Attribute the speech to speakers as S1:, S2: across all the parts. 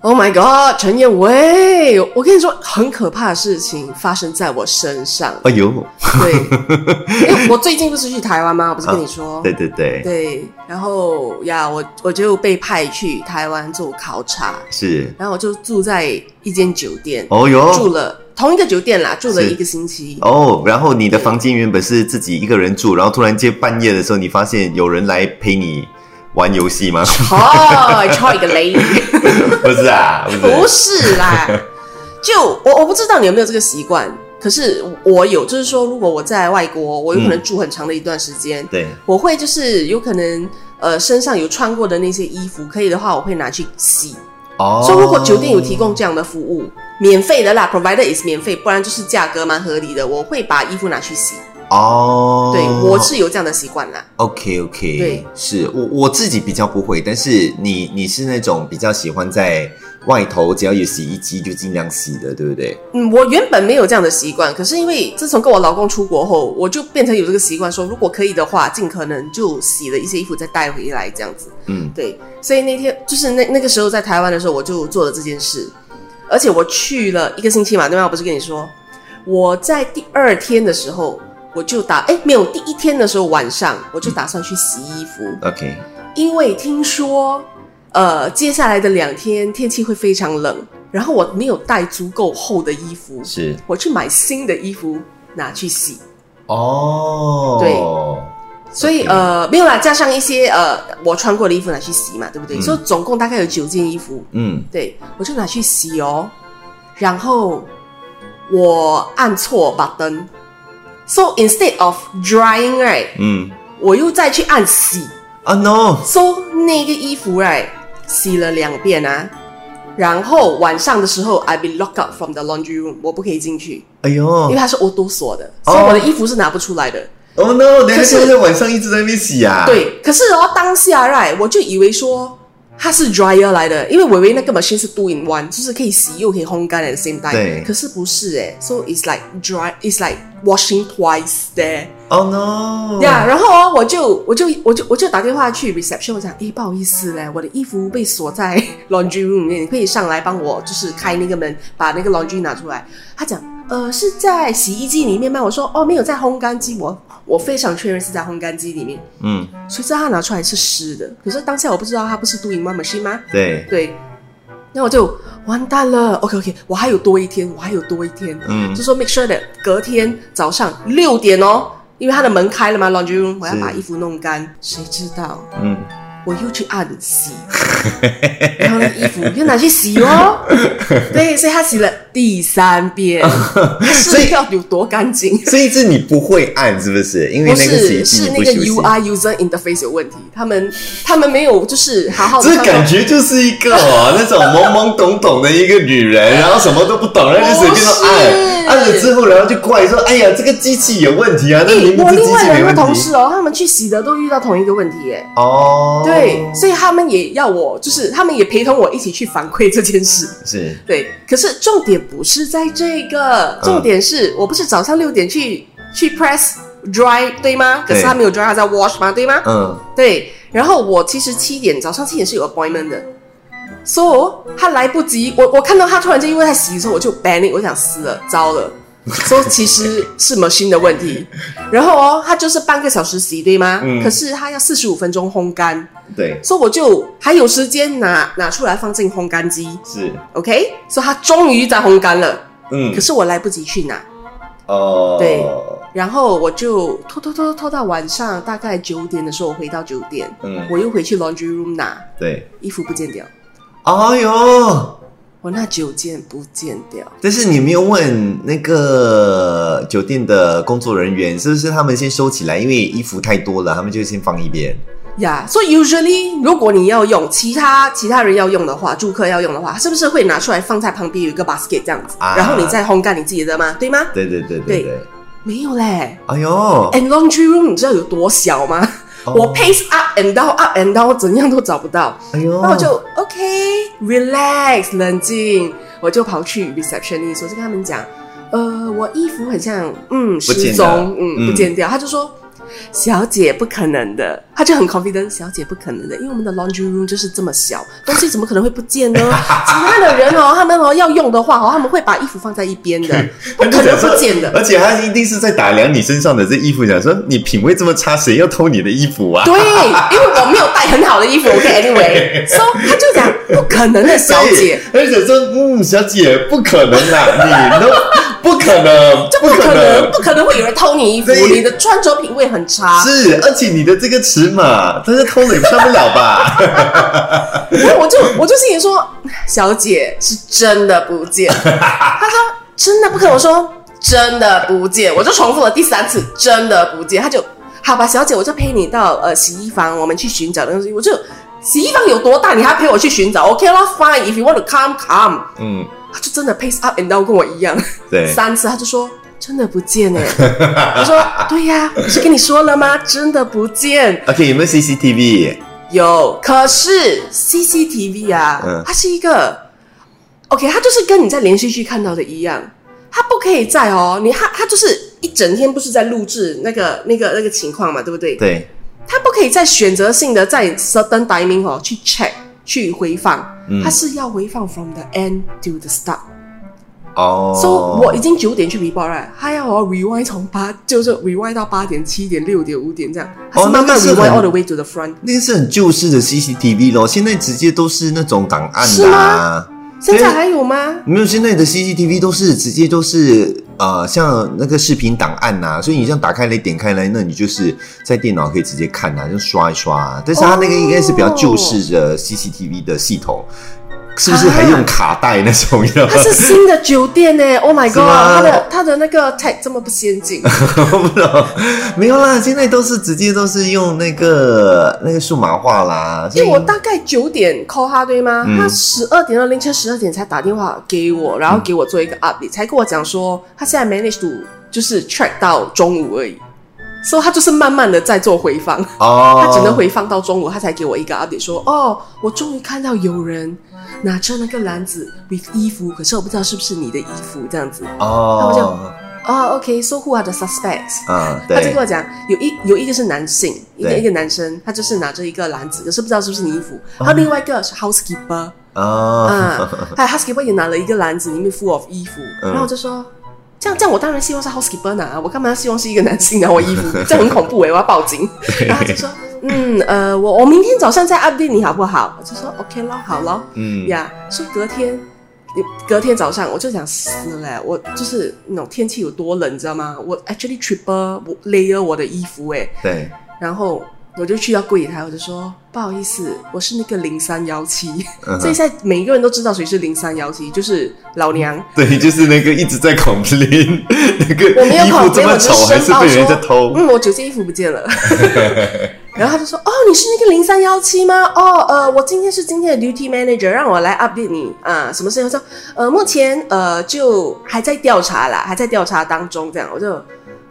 S1: Oh my god，陈彦维，我跟你说，很可怕的事情发生在我身上。
S2: 哎呦，
S1: 对，因为我最近不是去台湾吗？我不是跟你说，
S2: 啊对对对，
S1: 对然后呀，我我就被派去台湾做考察，
S2: 是，
S1: 然后我就住在一间酒店，
S2: 哦呦，
S1: 住了同一个酒店啦，住了
S2: 是
S1: 一个星期。
S2: 哦，然后你的房间原本是自己一个人住，然后突然间半夜的时候，你发现有人来陪你玩游戏 吗？
S1: 哦，敲一个雷！
S2: 不是啊，不
S1: 不
S2: 是，
S1: 是 啦，就我我不知道你有没有这个习惯，可是我有，就是说，如果我在外国，我有
S2: 嗯
S1: 可能住很长的一段时间，
S2: 对，
S1: 我会就是有可能呃身上有穿过的那些衣服，可以的话我会拿去洗。
S2: 哦，
S1: 所以如果酒店有提供这样的服务，免费的啦，provider is 免费，不然就是价格蛮合理的，我会把衣服拿去洗。
S2: 哦，
S1: 对，我是有这样的习惯啦。
S2: OK OK，
S1: 对，
S2: 是我我自己比较不会，但是你你是那种比较喜欢在外头，只要有洗衣机就尽量洗的，对不对？
S1: 嗯，我原本没有这样的习惯，可是因为自从跟我老公出国后，我就变成有这个习惯说，如果可以的话，尽可能就洗了一些衣服再带回来这样子。
S2: 嗯，
S1: 对，所以那天就是那那个时候在台湾的时候，我就做了这件事，而且我去了一个星期嘛，对吧？我不是跟你说，我在第二天的时候，我就打哎没有，第一天的时候晚上我就打算去洗衣服，
S2: OK，
S1: 因为听说呃接下来的两天天气会非常冷，然后我没有带足够厚的衣服，
S2: 是
S1: 我去买新的衣服拿去洗。
S2: 哦，
S1: 对所以
S2: OK
S1: 呃没有啦，加上一些呃我穿过的衣服拿去洗嘛，对不对？
S2: 嗯
S1: 所以总共大概有九件衣服，
S2: 嗯，
S1: 对，我就拿去洗哦，然后我按错 button，so instead of drying right，
S2: 嗯，
S1: 我又再去按洗
S2: 啊 no，
S1: ，so 那个衣服 right 洗了两遍啊，然后晚上的时候 I be locked out from the laundry room，我不可以进去，
S2: 哎呦
S1: 因为它是欧多锁的，
S2: 哦
S1: 所以我的衣服是拿不出来的。
S2: ，Oh no，等一下
S1: 可是
S2: 现在晚上一直在那边洗啊，，
S1: 对，可是哦，当下 right 我就以为说。它是 dryer 来的，因为伟伟那个 machine 是 two in one，就是可以洗又可以烘干 at the same time。
S2: 对
S1: 可是不是哎，so it's like dry, it's like washing twice there。
S2: ，Oh no，
S1: 呀、然后哦，我就我就我就我就打电话去 reception，我讲，诶，不好意思嘞，我的衣服被锁在 laundry room 里面，你可以上来帮我，就是开那个门，把那个 laundry 拿出来。他讲，呃，是在洗衣机里面吗？我说，哦，没有，在烘干机。我我非常确认是在烘干机里面。
S2: 嗯，
S1: 谁知道他拿出来是湿的，可是当下我不知道它不是 d o i n one machine 吗？
S2: 对，
S1: 对，那我就完蛋了。OK OK，我还有多一天，我还有多一天，
S2: 嗯
S1: 就说 make sure that 隔天早上六点哦，因为他的门开了嘛，laundry room，我要
S2: 是
S1: 把衣服弄干。谁知道
S2: 嗯，
S1: 我又去按洗，然后那衣服又拿去洗哦。对，所以他洗了第三遍，所以要有多干净？
S2: 所以是你不会按是不是？因为
S1: 不
S2: 那个洗衣机
S1: 是，是
S2: 你
S1: 那
S2: 不
S1: 个
S2: 休息。
S1: UI user interface 有问题，他们他们没有就是好好的。
S2: 这感觉就是一个哦，那种懵懵懂懂的一个女人，然后什么都不懂，然后就随便说按，
S1: 不是
S2: 按了之后，然后就怪说，哎呀，这个机器有问题啊，那明明
S1: 我
S2: 这
S1: 另
S2: 机器
S1: 外
S2: 没
S1: 两个
S2: 问
S1: 同
S2: 题。
S1: 事哦，他们去洗的都遇到同一个问题耶。
S2: 哦，
S1: 对，所以他们也要我，就是他们也陪同我一起去反馈这件事。
S2: 是
S1: 对，可是重点不是在这
S2: 嗯
S1: 个，重点是、我不是早上六点去去 press dry 对吗？可
S2: 对
S1: 是他没有 dry，他在 wash 吗？对吗？
S2: 嗯，
S1: 对，然后我其实七点早上七点是有 appointment 的，so 他来不及，我我看到他突然间因为在洗的时候，我就 panic，我想死了，糟了。so 其实是 machine 的问题，然后哦，他就是半个小时洗对吗？
S2: 嗯
S1: 可是他要四十五分钟烘干，
S2: 对，
S1: 所以我就还有时间拿拿出来放进烘干机
S2: 是，
S1: ，OK？所以它终于在烘干了，
S2: 嗯
S1: 可，是我来不及去拿，
S2: 哦，
S1: 对然后我就拖拖拖拖到晚上大概九点的时候，我回到酒店，
S2: 嗯，
S1: 我又回去 laundry room 拿
S2: 对，
S1: 衣服不见掉，
S2: 哎呦，
S1: 我那九件不见掉，
S2: 但是你没有问那个酒店的工作人员，是不是他们先收起来，因为衣服太多了，他们就先放一边。
S1: 呀、所以 usually 如果你要用其他其他人要用的话，住客要用的话，是不是会拿出来放在旁边有一个 basket 这样子，
S2: 啊
S1: 然后你再烘干你自己的吗？对吗？
S2: 对对对
S1: 对
S2: 对，
S1: 没有嘞。
S2: 哎呦，
S1: And laundry room 你知道有多小吗？
S2: 哦
S1: 我 pace up and down up and down 怎样都找不到，
S2: 哎呦，
S1: 那我 就 OK relax 冷静，我就跑去 receptionist，我就跟他们讲，呃，我衣服很像嗯
S2: 不见
S1: 失踪
S2: 了，
S1: 嗯
S2: 嗯
S1: 不见掉，他就说小姐不可能的，他就很 confident，小姐不可能的，因为我们的 laundry room 就是这么小，东西怎么可能会不见 呢？其他的人哦，他们哦要用的话哦，他们会把衣服放在一 边的，不可能不见的。
S2: 而且他一定是在打量你身上的这衣服，想说你品味这么差，谁要偷你的衣服啊？
S1: 对，因为我没有带很好的衣服，OK，anyway，so 他就讲不可能的，小姐，
S2: 对，而且说，嗯，小姐不可能 啦，你都不可能，
S1: 就不可能，不可能会有人偷你衣服，
S2: 对
S1: 你的穿着品味很差。
S2: 是，而且你的这个尺码，但是偷了也穿不了 吧？
S1: 然后我就我就心里说，小姐是真的不 见。她说真的不可能，我说真的不见，我就重复了第三次，真的不见。她就好吧，小姐，我就陪你到呃洗衣房，我们去寻找东西。我就洗衣房有多大，你还陪我去寻找？OK 啦，Fine，if you want to come come。
S2: 嗯，
S1: 她就真的 pace up and down 跟我一样。
S2: 对，
S1: 三次，他就说真的不见哎、我说对呀、不是跟你说了吗？真的不见。
S2: OK，有没有 CCTV？
S1: 有，可是 CCTV 啊，
S2: 嗯
S1: 它是一个 OK，它就是跟你在连续剧看到的一样，它不可以在哦，你它它就是一整天不是在录制那个那个那个情况嘛，对不对？
S2: 对，
S1: 它不可以再选择性的在 certain timing 哦去 check 去回放，
S2: 嗯
S1: 它是要回放 from the end to the start。
S2: 哦，
S1: so 我已经九点去 report 了，他要我 rewind 从八，就是 rewind 到八点、七点、六点、五点这样，他是慢慢
S2: 哦那个是
S1: rewind
S2: 很
S1: all the way to the front。
S2: 那个是很旧式的 CCTV 咯，现在直接都是那种档案
S1: 是
S2: 啦、
S1: 现在还有吗？
S2: 没有，现在的 CCTV 都是直接都是呃，像那个视频档案呐、所以你这样打开来点开来，那你就是在电脑可以直接看呐、就刷一刷、啊。但是它
S1: 哦
S2: 那个应该是比较旧式的 CCTV 的系统，是不是还用卡带那种？你知道吗
S1: 它啊是新的酒店呢、o h my
S2: 是
S1: god！
S2: 吗
S1: 它的它的那个 tech 这么不先 进，
S2: 我不知道，没有啦，现在都是直接都是用那个那个数码化啦。所
S1: 因
S2: 以
S1: 为我大概九点 call 他对吗？
S2: 嗯
S1: 他十二点到凌晨十二点才打电话给我，然后给我做一个 update，、才跟我讲说他现在 manage to 就是 track 到中午而已，所、以他就是慢慢的在做回放。
S2: 哦，
S1: 他只能回放到中午，他才给我一个 update 说，哦，我终于看到有人拿着那个篮子 with 衣服，可是我不知道是不是你的衣服这样子。那我
S2: 哦，
S1: 就哦，OK，so、who are the suspects？
S2: 啊，
S1: 他就
S2: 对
S1: 跟，我讲，有一有一个是男性，一个
S2: 对
S1: 一个男生，他就是拿着一个篮子，可是不知道是不是你衣服。还有另外一个是 housekeeper，
S2: 啊，
S1: 啊，还有 housekeeper 也拿了一个篮子，里面 full of 衣服，
S2: 嗯
S1: 然后我就说。这样这样，我当然希望是 housekeeper 拿、啊，我干嘛希望是一个男性拿啊我衣服？ 这样很恐怖哎、我要报 警。然后他就说，嗯呃，我我明天早上再 update 你好不好？我就说 OK 咯，好咯。
S2: 嗯，
S1: 呀、说隔天，隔天早上我就想死了、欸我就是那种天气有多冷，你知道吗？我 actually triple 我 layer 我的衣服哎、
S2: 对，
S1: 然后我就去到柜台，我就说不好意思，我是那个零三幺七，
S2: 嗯哼
S1: 所以现在每一个人都知道谁是零三幺七，就是老娘。
S2: 对，就是那个一直在 complain，那
S1: 我
S2: 个
S1: 没有
S2: 衣服
S1: 考
S2: 这
S1: 虑，我
S2: 么
S1: 就
S2: 丑，还
S1: 申
S2: 是
S1: 报
S2: 被人
S1: 说
S2: 家偷。
S1: 嗯，我酒精衣服不见了。 然后他就说：“哦，你是那个零三幺七吗？哦，呃，我今天是今天的 duty manager，让我来 update 你啊，什么事情？”我说：“呃，目前呃就还在调查啦，还在调查当中。”这样我就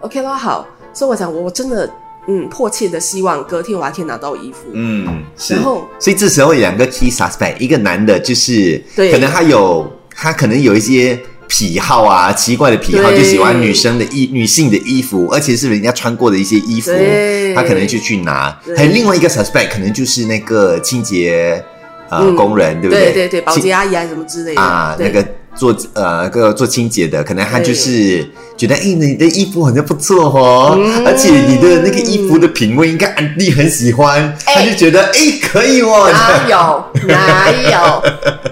S1: OK 咯，好。所以我讲，我我真的嗯迫切的希望隔天我还可以拿到衣服。
S2: 嗯，是。
S1: 然后
S2: 所以这时候有两个 key suspect，一个男的，就是
S1: 对
S2: 可能他有他可能有一些癖好啊，奇怪的癖好，
S1: 对
S2: 就喜欢女生的衣、女性的衣服，而且是人家穿过的一些衣服
S1: 对，
S2: 他可能就去拿
S1: 对。
S2: 还有另外一个 suspect，可能就是那个清洁呃、
S1: 嗯
S2: 工人，对不对？
S1: 对对对，保
S2: 清
S1: 洁阿姨啊什么之类的
S2: 啊，
S1: 对
S2: 那个做呃那个做清洁的，可能他
S1: 对
S2: 就是觉得，哎、你的衣服好像不错哦，
S1: 嗯
S2: 而且你的那个衣服的品味应该安迪很喜欢，他就觉得，哎、可以哦。
S1: 哪有哪有，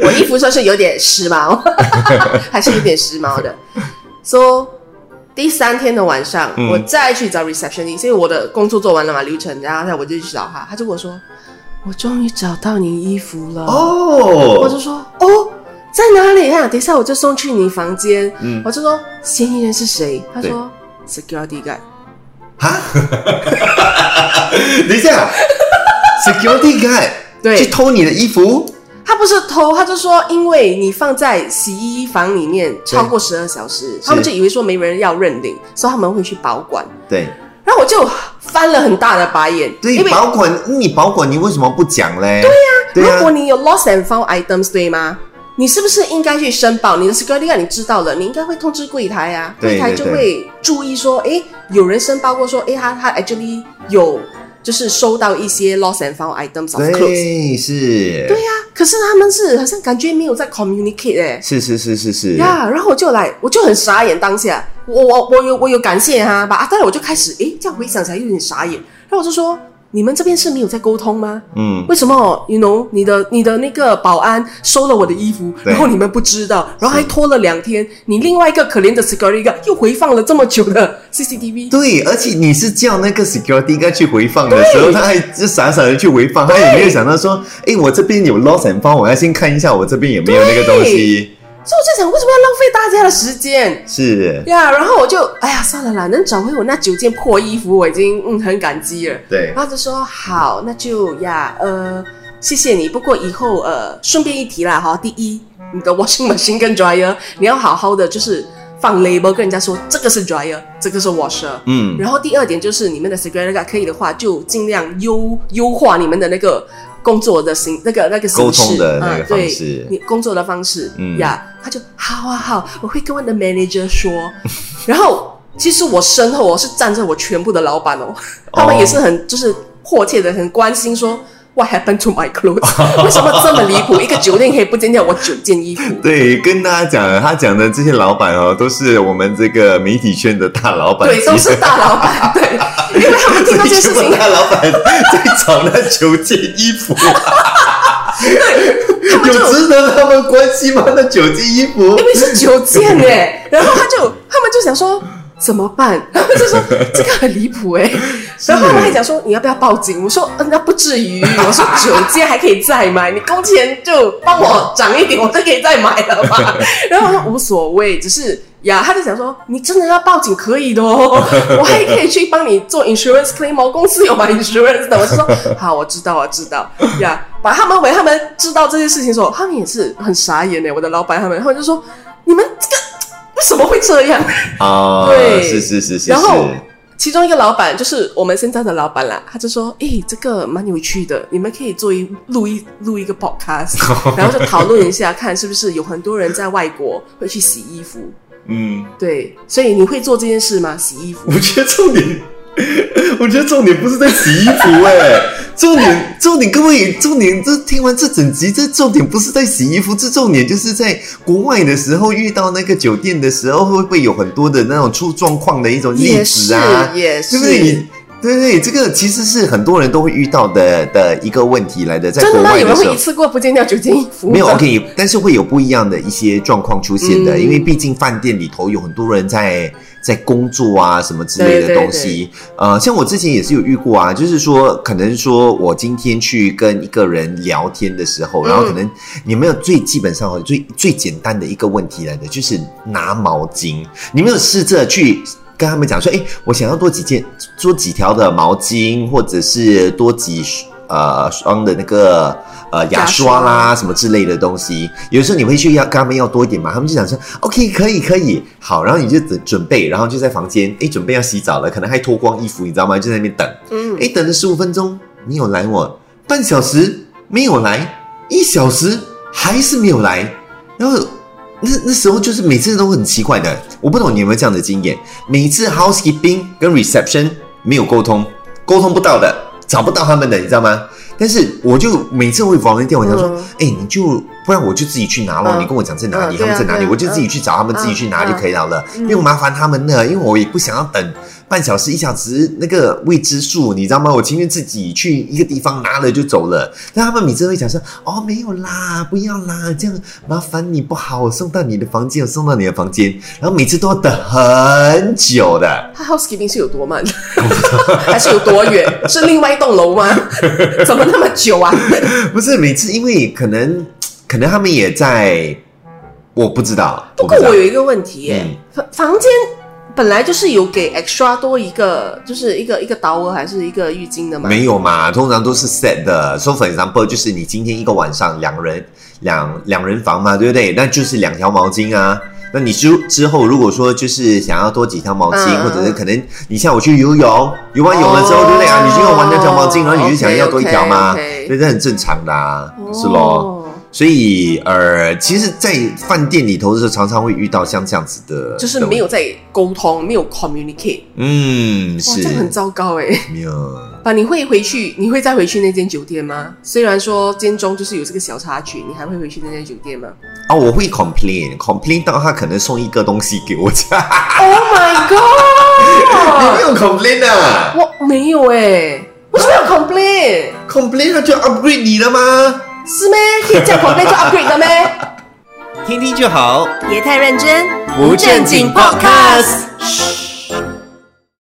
S1: 我衣服算是有点时 髦，还是有点时髦的。So 第三天的晚上，
S2: 嗯
S1: 我再去找 receptionist，因为我的工作做完了嘛，流程，然后我就去找他，他就跟我说：“我终于找到你衣服了。”我就
S2: 哦，
S1: 说：“哦，在哪里啊？等一下我就送去你房间。
S2: 嗯
S1: 我就说：“嫌疑人是谁？”他说：“security guy。”
S2: 哈，等一 下，security guy
S1: 对
S2: 去偷你的衣服，
S1: 他不是偷，他就说因为你放在洗衣房里面超过十二小时，他们就以为说没人要认领，所以他们会去保管。
S2: 对
S1: 然后我就翻了很大的白眼，
S2: 对
S1: 因，为
S2: 保管你保管你为什么不讲嘞？对呀、对啊
S1: 如
S2: 呀、
S1: 果你有 lost and found items，对吗？你是不是应该去申报？你的 security guard 你知道了，你应该会通知柜台啊，
S2: 对
S1: 柜台
S2: 对
S1: 就
S2: 对
S1: 会注意说，诶，有人申报过说，诶，他他 actually 有就是收到一些 lost and found items of clothes。
S2: 对，是，
S1: 对呀、可是他们是好像感觉没有在 communicate 哎、
S2: 是是是是是，
S1: 呀然后我就来，我就很傻眼。当下，我我我有我有感谢他吧，啊，当然我就开始，诶，这样回想起来有点傻眼。然后我就说，你们这边是没有在沟通吗？
S2: 嗯，
S1: 为什么？You know，你的你的那个保安收了我的衣服，
S2: 对
S1: 然后你们不知道，然后还拖了两天。你另外一个可怜的 security guard 又回放了这么久的 CCTV，
S2: 对，而且你是叫那个 security guard 去回放的时候，他还就傻傻的去回放，他也没有想到说，哎，我这边有 lost and found，我要先看一下我这边有没有那个东西，
S1: 所以我在想，为什么要浪费大家的时间？
S2: 是，
S1: 呀、然后我就哎呀，算了啦，能找回我那九件破衣服，我已经嗯很感激了。
S2: 对
S1: 然，后就说好，那就呀，呃，谢谢你。不过以后呃，顺便一提啦哈，第一，你的 washing machine 跟 dryer，你要好好的就是放 label 跟人家说这个是 dryer，这个是 washer。
S2: 嗯，
S1: 然后第二点就是你们的 security guard 可以的话，就尽量优优化你们的那个工作的形那个那个
S2: 沟通
S1: 形式，
S2: 的那
S1: 嗯
S2: 个方式
S1: 对，你工作的方式，
S2: 嗯
S1: 呀他就好啊好，我会跟我的 manager 说，然后。其实我身后我是站着我全部的老板哦，他们也是很就是迫切的很关心说，What happened to my clothes？为什么这么离谱？一个酒店可以不见掉我九件 衣服？
S2: 对，跟大家讲，他讲的这些老板哦，都是我们这个媒体圈的大老板级
S1: 对，
S2: 的，
S1: 都是大老板，对，因为他们听到这件事
S2: 所以全
S1: 情
S2: 部，大老板 在找那九件衣服、啊有值得他们关心吗？那九件衣服
S1: 因，为是九件哎，然后他就他们就想说怎么办，他们就说这个很离谱哎，然后他们还讲说你要不要报警？我说嗯，那不至于，我说九件还可以再买，你工钱就帮我涨一点，我就可以再买了嘛。然后我说无所谓，只是。呀，他就想说，你真的要报警可以的哦，我还可以去帮你做 insurance claim 哦，公司有买 insurance 的。我就说好，我知道，我知道。呀，把他们为他们知道这些事情的时候，他们也是很傻眼呢。我的老板他们，他们就说你们这个为什么会这样？
S2: 啊，
S1: 对
S2: 是是是是
S1: 然后
S2: 是，
S1: 其中一个老板就是我们现在的老板啦，他就说：“诶，这个蛮有趣的，你们可以做一录一录一 个 podcast，然后就讨论一下，看是不是有很多人在外国会去洗衣服。
S2: 嗯，”
S1: 对，所以你会做这件事吗？洗衣服？
S2: 我觉得重点，我觉得重点不是在洗衣服、哎，重点重点，各位重点，这听完这整集，这重点不是在洗衣服，这重点就是在国外的时候遇到那个酒店的时候，会不会有很多的那种出状况的一种例
S1: 也
S2: 子
S1: 是
S2: 啊，？
S1: 也
S2: 对
S1: 是，
S2: 不对？你对对，这个其实是很多人都会遇到的的一个问题来的，在
S1: 真
S2: 国
S1: 的吗？
S2: 外
S1: 有
S2: 的
S1: 人
S2: 时
S1: 会
S2: 候
S1: 一。次过不见掉九件衣服？
S2: 没有 OK，但是会有不一样的一些状况出现的，
S1: 嗯
S2: 因为毕竟饭店里头有很多人在在工作啊什么之类的
S1: 对对
S2: 东西。呃，像我之前也是有遇过啊，就是说可能说我今天去跟一个人聊天的时候，
S1: 嗯
S2: 然后可能你们有最基本上哦最最简单的一个问题来的，就是拿毛巾，你没有试着去。跟他们讲说，哎、我想要多几件、多几条的毛巾，或者是多几呃双的那个呃牙
S1: 牙
S2: 刷
S1: 刷
S2: 啦、啊什么之类的东西，有时候你会去要跟他们要多一点嘛，他们就想说 OK 可以可以好，然后你就准准备，然后就在房间诶准备要洗澡了，可能还脱光衣服，你知道吗？就在那边等，
S1: 嗯，
S2: 诶，等了十五分钟没有来我，半小时没有来，一小时还是没有来，然后那那时候就是每次都很奇怪的，我不懂你有没有这样的经验，每次 housekeeping 跟 reception 没有沟通，沟通不到的，找不到他们的，你知道吗？但是我就每次会访问店，我想说，
S1: 嗯
S2: 哎、你就不然我就自己去拿咯，
S1: 嗯
S2: 你跟我讲在哪里，
S1: 嗯
S2: 他们在哪里，
S1: 对啊对啊
S2: 我就自己去找他们，
S1: 嗯
S2: 自己去拿就可以了了，
S1: 嗯
S2: 不用麻烦他们了，因为我也不想要等半小时、一小时那个未知数，你知道吗？我情愿自己去一个地方拿了就走了。但他们每次会讲说：“哦，没有啦，不要啦，这样麻烦你不好，我送到你的房间，我送到你的房间。”然后每次都要等很久的。
S1: 他 housekeeping 是有多慢， 还是有多远？是另外一栋楼吗？ 怎么那么久啊？
S2: 不是每次，因为可能可能他们也在，我不知道。
S1: 不
S2: 我不
S1: 过
S2: 知道
S1: 我有一个问题耶
S2: 嗯，
S1: 房、房间本来就是有给 extra 多一个，就是一个一个刀额还是一个浴巾的嘛？
S2: 没有嘛，通常都是 set 的。说 for example，就是你今天一个晚上两人两两人房嘛，对不对？那就是两条毛巾啊。那你之之后如果说就是想要多几条毛巾，
S1: 嗯嗯
S2: 或者是可能你下午去游泳，游完泳了之后，
S1: 哦
S2: 对不对啊？你就用完那条毛巾，然后你就想
S1: OK，
S2: 要多一条嘛，
S1: OK，OK
S2: 对，这很正常的、啊，
S1: 哦
S2: 是咯。所以呃，其实，在饭店里头的时候，常常会遇到像这样子的，
S1: 就是没有在沟通，没有 communicate，
S2: 嗯，
S1: 哇，
S2: 是
S1: 这样很糟糕哎。
S2: 没有，
S1: 啊，你会回去？你会再回去那间酒店吗？虽然说间中就是有这个小插曲，你还会回去那间酒店吗
S2: 啊，我会 complain complain 到他可能送一个东西给我 家，
S1: ？Oh my
S2: 你
S1: god！
S2: 没有 complain 啊
S1: 我没有哎、为什么要 complain？
S2: ，complain 他就 upgrade 你了吗？
S1: 是咩？可以叫 complain 就 upgrade 的咩？
S2: 听听就好，
S1: 别太认真，
S2: 不正经 podcast。